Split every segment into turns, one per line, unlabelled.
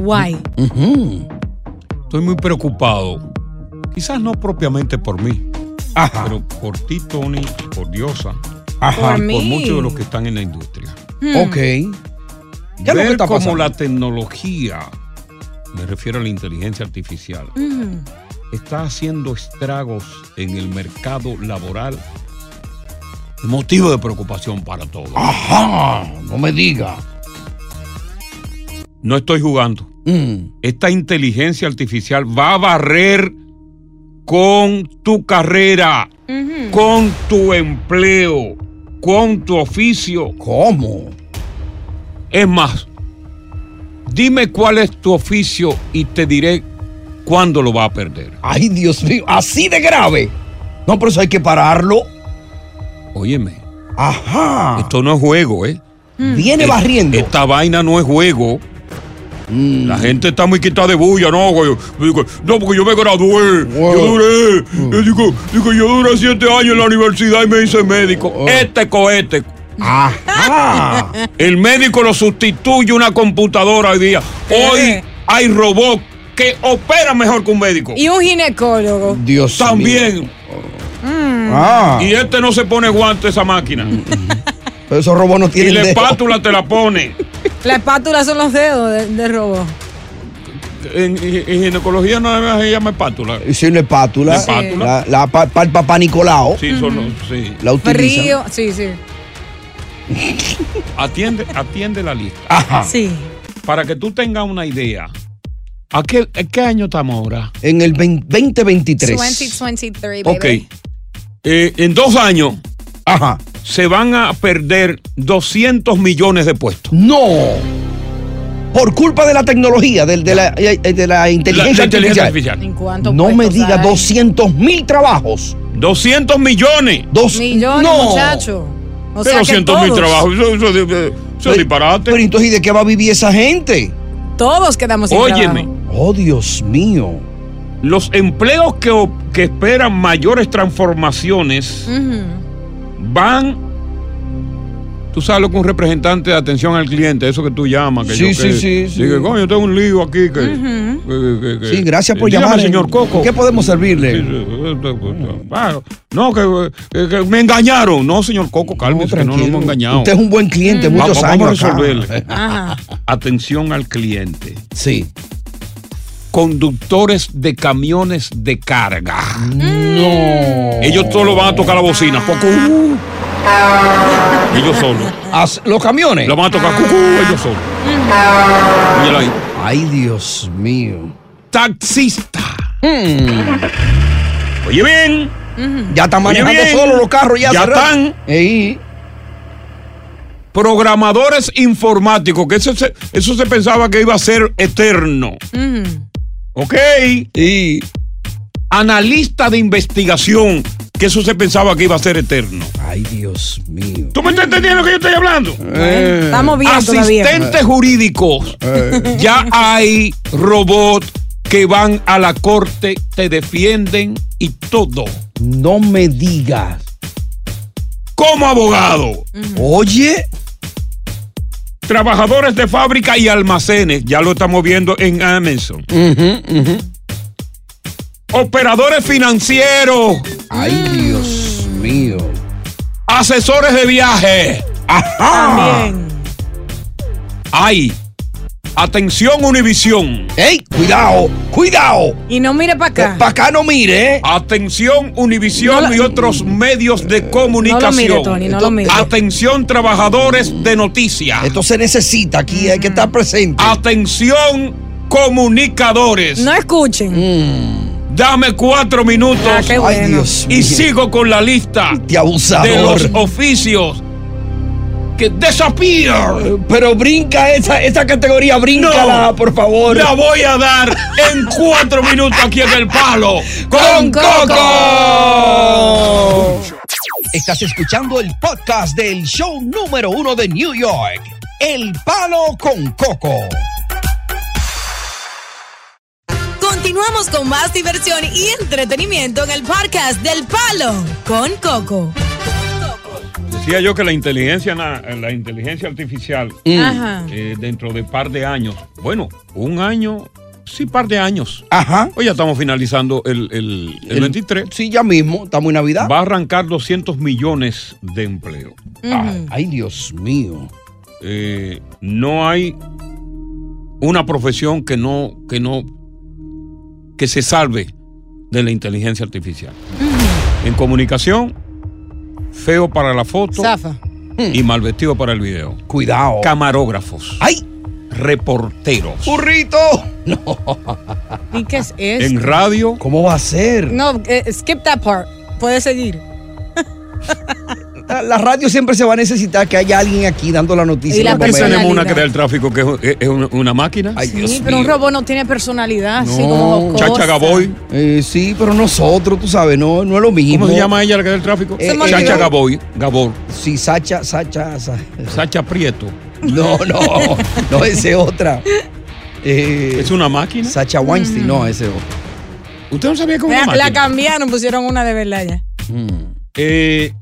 Guay.
Estoy muy preocupado. Quizás no propiamente por mí,
Ah.
Ajá.
pero por ti, Tony, por Diosa,
ajá.
Por
por
mí.
muchos de los que están en la industria.
Ok. ¿Qué es lo
Ver
que está
cómo
pasando?
la tecnología, me refiero a la inteligencia artificial,
Mm.
está haciendo estragos en el mercado laboral. Motivo de preocupación para todos.
Ajá. No me diga.
No estoy jugando.
Mm.
Esta inteligencia artificial va a barrer con tu carrera.
Mm.
Ujú.
con tu empleo, con tu oficio.
¿Cómo?
Es más, dime cuál es tu oficio y te diré cuándo lo va a perder.
Ay, Dios mío. Así de grave. No, pero eso hay que pararlo.
Óyeme,
Ajá.
esto no es juego, ¿eh?
Viene
Es-
barriendo.
Esta vaina no es juego.
Mm.
La gente está muy quitada de bulla, no, güey. Digo, No, porque yo me gradué. Yo
Wow. Mm.
duré. Yo digo, digo, yo duré siete años en la universidad y me hice médico.
Oh.
Este cohete.
Ajá.
El médico lo sustituye una computadora hoy día. Hoy
Eh.
hay robots que operan mejor que un médico.
Y un ginecólogo.
Dios mío.
También.
Ah.
Y este no se pone guante esa máquina.
Pero esos robots no
Y
tienen
la
dedo.
espátula te la pone.
La espátula son los dedos de, de robot.
En, en- en ginecología no se llama espátula.
Sí, la espátula.
La espátula.
La, la pa- pa- el papá Nicolau.
Sí, son los- sí.
La utilizan.
Frío. Sí, sí.
Atiende, atiende la lista.
Ajá.
Sí.
Para que tú tengas una idea. ¿A qué, a qué año estamos ahora?
En el 20- 2023.
2023,
Ok.
baby.
Eh, en dos años
Ajá.
se van a perder 200 millones de puestos.
No. Por culpa de la tecnología, del- de, la, eh, eh, de la inteligencia
La- la inteligencia
artificial.
artificial.
¿En cuánto
No me
puestos
diga
hay?
200 mil trabajos.
200 millones.
Dos,
Millones,
no.
muchacho. O
pero
sea que
200 mil
todos,
trabajos. Eso, eso- eso- eso es
Pero-
disparate.
Pero entonces, ¿y de qué va a vivir esa gente?
Todos quedamos sin
Óyeme,
trabajo.
Oh, Dios mío.
los empleos que, o- que esperan mayores transformaciones
Ujú.
van. Tú sabes lo que un representante de atención al cliente, eso que tú llamas. Que
Sí,
yo que-
sí, sí, sí.
Dije, coño, tengo un lío aquí. Que, que- que- que-
Sí, gracias por
Dígame,
llamar.
señor Coco.
¿En ¿Qué podemos
Sí,
servirle?
sí, claro. No, que, que- que me engañaron. No, señor Coco, cálmese, que no nos
tranquilo.
hemos engañado.
Usted es un buen
Mm.
cliente,
Va-
muchos
vamos
años.
a
acá.
resolverle.
Ajá.
Atención al cliente.
Sí.
conductores de camiones de carga. No. Ellos solo van a tocar la bocina. Cucú. Ellos solos.
As- Los camiones.
La van a tocar. Cucú. Ellos solos. Mira ahí.
Ay, Dios mío.
Taxista. Oye bien,
Ya están
Oye,
manejando
bien.
solo los carros. Ya,
Ya
cerrados.
están.
Ey.
programadores informáticos, que eso se, eso se pensaba que iba a ser eterno.
Ujú.
¿Ok?
Y.
Analista de investigación, que eso se pensaba que iba a ser eterno.
Ay, Dios mío.
¿Tú me estás entendiendo lo que yo estoy hablando?
Bueno, Estamos bien todavía.
Asistentes jurídicos. Ya hay robots que van a la corte, te defienden y todo.
No me digas.
Como abogado,
Oye.
trabajadores de fábrica y almacenes, ya lo estamos viendo en Amazon. Operadores financieros,
Ay,
Mm.
Dios mío.
asesores de viaje. Ah,
También.
Ah.
Hay. Atención Univisión.
¡Ey! ¡Cuidado! ¡Cuidado!
Y no mire para acá.
Para acá no mire, ¿eh?
Atención Univisión
No lo-
y otros medios de
No
comunicación.
lo mire, Tony, no lo mire.
Atención trabajadores de noticias.
Esto se necesita aquí, hay que
Mm.
estar presente.
Atención, comunicadores.
No
Mm.
escuchen.
Dame cuatro minutos
Ah, qué
Ay,
bueno.
Dios mío. Este
y sigo con la lista
Te
de
abusador.
los oficios que disappear.
Pero brinca esa, esa categoría, bríncala, por favor.
La voy a dar en cuatro minutos aquí en el palo. ¡Con,
Con Coco.
Coco.
Estás escuchando el podcast del show número uno de New York, El Palo con Coco.
Continuamos con más diversión y entretenimiento en el podcast del Palo con Coco.
Decía yo que la inteligencia, na- eh, la inteligencia artificial
Ajá.
eh, dentro de par de años, bueno, un año, sí, par de años.
Ajá.
Hoy ya estamos finalizando el, el, el 23.
Sí, ya mismo, estamos en Navidad.
Va a arrancar 200 millones de empleo.
Ay, ay, Dios mío.
Eh, no hay una profesión que no, que no, que se salve de la inteligencia artificial. En comunicación, feo para la foto
Zafa.
Mm.
y mal vestido para el video.
Cuidado.
Camarógrafos,
¡Ay!
reporteros.
¡Burrito! No,
¿Y qué es eso?
En radio,
¿Cómo va a ser?
No, eh, skip that part. Puedes seguir.
La, la radio siempre se va a necesitar que haya alguien aquí dando la noticia.
Y la
en el
aquí
momento.
tenemos una
personalidad.
que da el tráfico, que es, es una, una máquina.
Ay, Dios
sí, pero un
mío.
robot no tiene personalidad.
No.
así como jocosa.
Chacha Gaboy.
Eh, sí, pero nosotros, tú sabes, no, no es lo mismo.
¿Cómo se llama ella la que da el tráfico?
Eh,
Se me olvidó.
Chacha Gaboy, Gabor,
Sí, Sacha, Sacha, Sa-
Sacha Prieto.
No, no, no, ese es otra. Eh,
¿Es una máquina?
Sacha Weinstein,
Mm.
no, ese es otro.
¿Usted no sabía cómo
La,
una
la
máquina?
cambiaron, pusieron una de verdad ya.
Eh,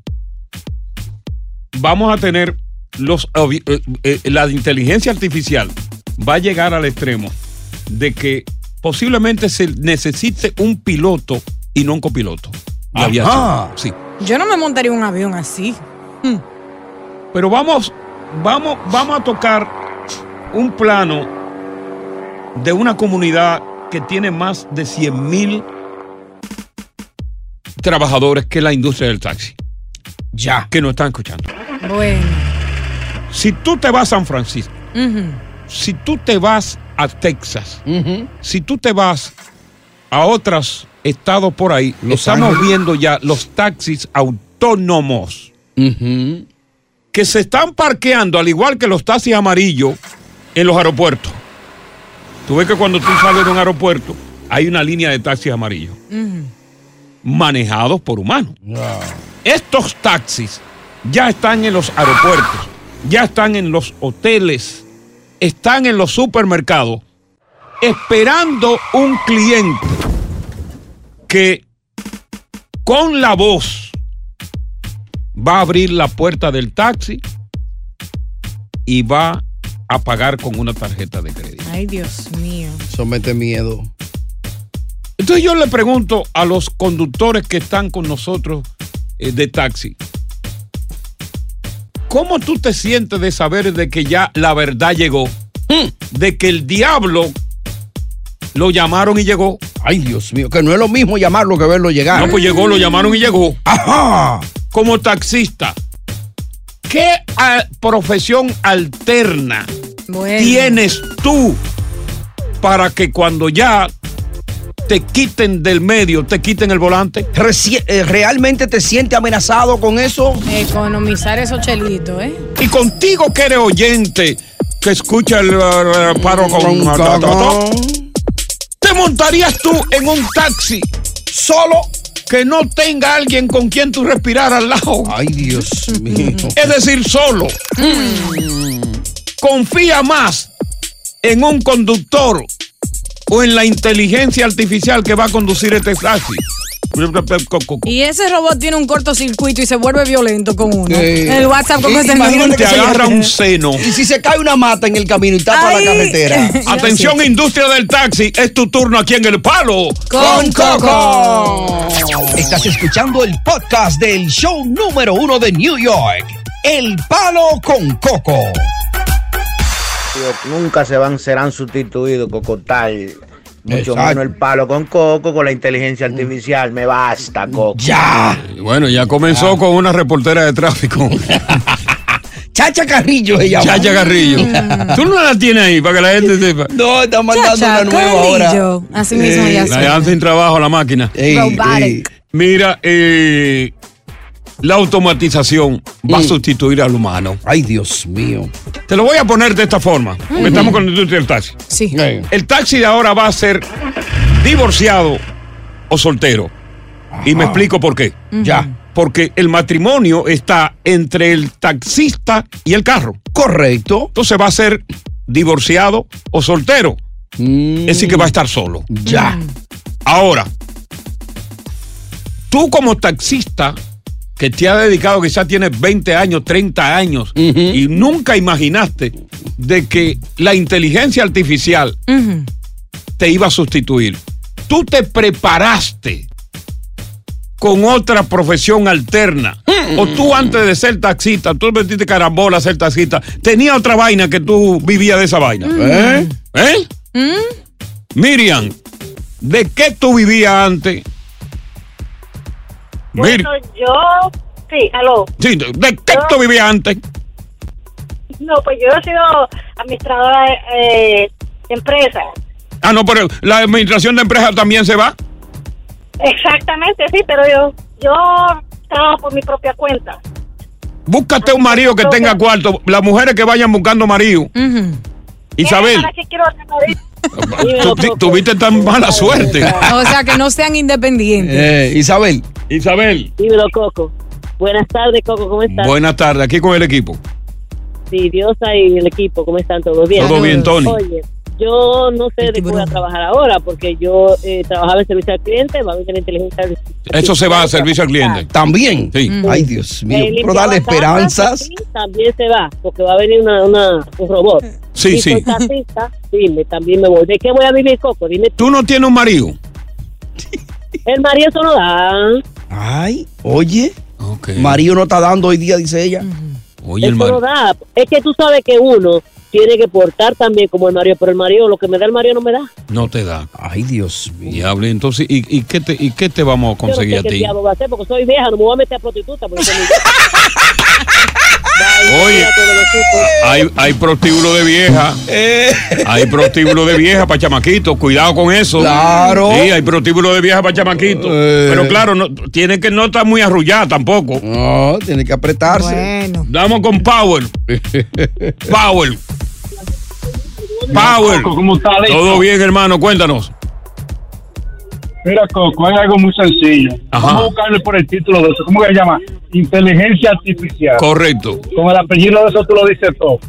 vamos a tener los avi- eh, eh, la inteligencia artificial va a llegar al extremo de que posiblemente se necesite un piloto y no un copiloto de
Ajá.
aviación. Sí.
Yo no me montaría un avión así.
Pero vamos, vamos, vamos a tocar un plano de una comunidad que tiene más de 100 mil trabajadores que es la industria del taxi,
Ya.
que nos están escuchando.
Bueno.
Si tú te vas a San Francisco,
Ujú.
si tú te vas a Texas,
Ujú.
si tú te vas a otros estados por ahí,
Los
estamos
Ángeles.
viendo ya los taxis autónomos
Ujú.
que se están parqueando al igual que los taxis amarillos en los aeropuertos. Tú ves que cuando tú sales de un aeropuerto hay una línea de taxis amarillos manejados por humanos. Estos taxis ya están en los aeropuertos, ya están en los hoteles, están en los supermercados, esperando un cliente que con la voz va a abrir la puerta del taxi y va a pagar con una tarjeta de crédito.
Ay, Dios mío.
Eso mete miedo.
Entonces yo le pregunto a los conductores que están con nosotros eh, de taxi, ¿cómo tú te sientes de saber de que ya la verdad llegó? De que el diablo lo llamaron y llegó.
Ay, Dios mío, que no es lo mismo llamarlo que verlo llegar.
No, pues llegó, lo llamaron y llegó.
¡Ajá!
Como taxista, ¿qué ah, profesión alterna
Bueno.
Eh.
tienes tú para que cuando ya te quiten del medio, te quiten el volante?
Reci- eh, ¿Realmente te sientes amenazado con eso?
Economizar esos chelitos, ¿eh?
Y contigo que eres oyente, que escucha el, eh, eh, paro con... ¿Te montarías tú en un taxi solo que no tenga alguien con quien tú respirar al lado?
Ay, Dios mío.
Es decir, solo. Confía más en un conductor o en la inteligencia artificial que va a conducir este taxi.
Y ese robot tiene un cortocircuito y se vuelve violento con uno.
Eh.
El WhatsApp con
Eh,
ese
imagínate
Te
que se
agarra un seno.
y si se cae una mata en el camino y tapa
Ay.
la carretera.
Atención, industria del taxi. Es tu turno aquí en el palo.
Con
Coco. Estás escuchando el podcast del show número uno de New York, El Palo con Coco.
Nunca se van, serán sustituidos, Cocotal. Mucho
Exacto.
menos el palo con coco, con la inteligencia artificial. Me basta, Coco.
Ya.
Bueno, ya comenzó con una reportera de tráfico,
Chacha Carrillo se llama.
Chacha Garrillo. Tú no la tienes ahí para que la gente sepa.
No, está mandando
Chacha,
una nueva ahora.
Carrillo. Así mismo
Eh,
ya
La
suena.
dejan sin trabajo la máquina.
Ey,
Robotic.
ey.
Mira, eh, la automatización va a sustituir al humano.
Ay, Dios mío.
Te lo voy a poner de esta forma. porque Estamos con la industria del taxi.
Sí.
Eh,
El taxi de ahora va a ser divorciado o soltero. Y me explico por qué.
Ya.
Porque el matrimonio está entre el taxista y el carro.
Correcto.
Entonces va a ser divorciado o soltero.
Mm,
Es decir, que va a estar solo.
ya.
Mm. Ahora, tú como taxista que te ha dedicado, quizás tienes 20 años, 30 años,
Ujú.
y nunca imaginaste de que la inteligencia artificial
Ujú.
te iba a sustituir. Tú te preparaste con otra profesión alterna. O tú antes de ser taxista, tú metiste carambola a ser taxista, tenía otra vaina que tú vivías de esa vaina.
¿Eh?
¿Eh? Miriam, ¿de qué tú vivías antes? Mir-
Bueno, yo, sí, aló.
sí, ¿De de qué tú vivías antes?
No, pues yo he sido administradora eh, de empresa.
Ah, no, pero la administración de empresa también se va.
Exactamente, sí, pero yo, yo trabajo por mi propia cuenta.
Búscate un marido que tenga cuarto. Las mujeres que vayan buscando marido.
Ujú.
Isabel,
¿Para qué quiero tener marido?
tú- ti- tuviste tan mala suerte.
O sea, que no sean independientes.
Eh, Isabel.
Isabel.
Dímelo, Coco. Buenas tardes, Coco. ¿Cómo estás?
Buenas tardes, aquí con el equipo.
Sí, Diosa y el equipo, ¿cómo están? ¿Todo bien?
Todo bien, Tony.
Oye, yo no sé
El
de qué voy a
tiburón.
trabajar ahora, porque yo eh, trabajaba en servicio al cliente, va a venir la inteligencia artificial.
Eso se va a servicio al cliente.
También.
Sí.
Ay, Dios
Eh,
mío. Pero
limpiaba
dale
casas,
esperanzas.
sí, también se va, porque va a venir una, una- un robot.
Sí,
Y
sí.
soy taxista, dime, también me voy. ¿De qué voy a vivir, Coco? Dime, tú.
Tú no tienes un marido.
el marido eso no da.
Ay, oye.
Ok.
Mario no está dando hoy día, dice ella.
Oye,
Eso
el
no
marido.
da. Es que tú sabes que uno tiene que portar también como el marido, pero el marido, lo que me da el marido no me da.
No te da.
Ay, Dios mío.
Diablo, entonces, ¿y, y qué te, ¿y qué te vamos a
Yo no sé
conseguir a
qué
ti?
diablo va a hacer porque soy vieja, no me voy a meter a prostituta. Porque soy muy vieja.
Oye, hay, hay prostíbulo de vieja. Eh. Hay prostíbulo de vieja para chamaquitos. Cuidado con eso.
Claro.
Sí, hay prostíbulo de vieja para chamaquitos.
Eh.
Pero claro, no, tiene que no estar muy arrullada tampoco.
No, tiene que apretarse.
Bueno.
Vamos con Power. Power. Power.
¿Cómo está, Alex?
Todo bien, hermano, cuéntanos.
Mira, Coco, es algo muy sencillo.
Ajá.
Vamos a buscarle por el título de eso. ¿Cómo que se llama? Inteligencia artificial.
Correcto.
Con el apellido de eso tú lo dices todo.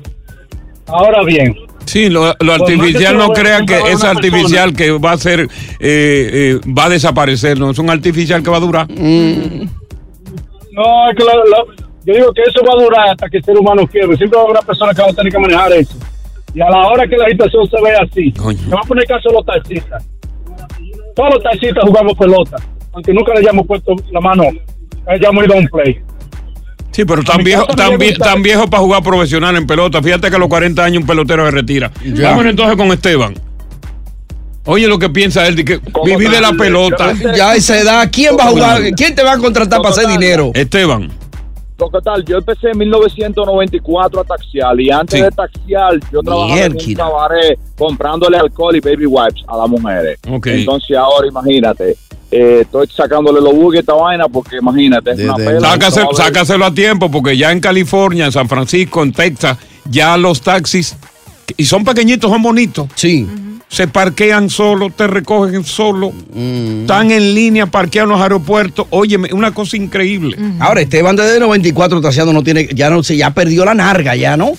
Ahora bien,
Sí, lo, lo
más que
artificial
tú
no
puedas
crea que
comprar a
es
una
artificial que va a ser, eh, eh, va a desaparecer, no, es un artificial que va a durar.
no, es que lo- lo- yo digo que eso va a durar hasta que el ser humano quiebre. Siempre va a haber una persona que va a tener que manejar eso. Y a la hora que la situación se ve así,
Coño.
te voy a poner caso a los taxistas. Todos los taxistas jugamos pelota, aunque nunca le hayamos puesto la mano, hayamos ido a un play.
Sí, pero tan
Mi
viejo,
casa
tan,
me
vie-
gusta-
tan viejo para jugar profesional en pelota. Fíjate que a los 40 años un pelotero se retira. Vamos entonces con Esteban. Oye lo que piensa él, de que viví de la
tal?
pelota.
Ya a esa edad, ¿quién va a jugar? ¿Quién te va a contratar para hacer dinero?
eh. Esteban,
¿Qué tal? Yo empecé en 1994 a taxiar y antes
Sí.
de taxiar yo trabajaba en un
Mierda.
cabaret comprándole alcohol y baby wipes a las mujeres.
Ok.
Entonces ahora imagínate, eh, estoy sacándole los bugs a esta vaina porque imagínate, es
De-
una
de-
pela.
sácase-
No,
sácaselo a tiempo porque ya en California, en San Francisco, en Texas, ya los taxis, y son pequeñitos, son bonitos,
Sí.
se parquean solo, te recogen solo,
Mm.
están en línea, parquean los aeropuertos. Oye, una cosa increíble.
Ahora, Esteban desde 94 taseando no tiene, ya no se, ya perdió la narga, ya no.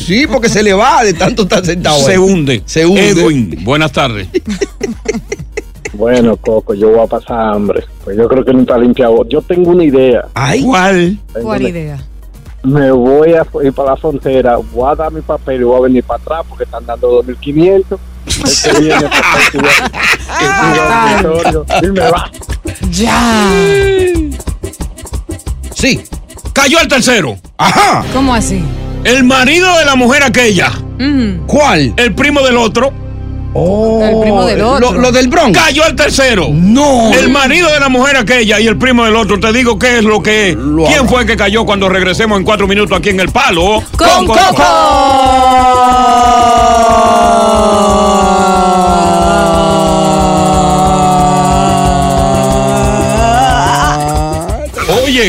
Sí, porque se le va de tanto estar sentado. ahí.
Se hunde.
Se hunde.
Edwin, buenas tardes.
Bueno, Coco, yo voy a pasar hambre. Pues yo creo que nunca he limpiado. Yo tengo una idea.
Ay,
¿Cuál?
¿Cuál idea?
Me voy a ir para la frontera, voy a dar mi papel y voy a venir para atrás porque están dando 2.500. Este viene para el festival- Ah, el festival de Vittorio, y me va.
Ya.
sí.
Cayó el tercero. Ah,
Ajá.
¿Cómo así?
El marido de la mujer aquella,
Ujú.
¿Cuál?
el primo del otro,
Oh,
El primo del otro.
Lo, lo del Bronx.
cayó el tercero.
No.
El marido de la mujer aquella y el primo del otro. Te digo qué es lo que es.
Lo
¿Quién
habrá.
fue que cayó cuando regresemos en cuatro minutos aquí en El Palo?
Con
Oye,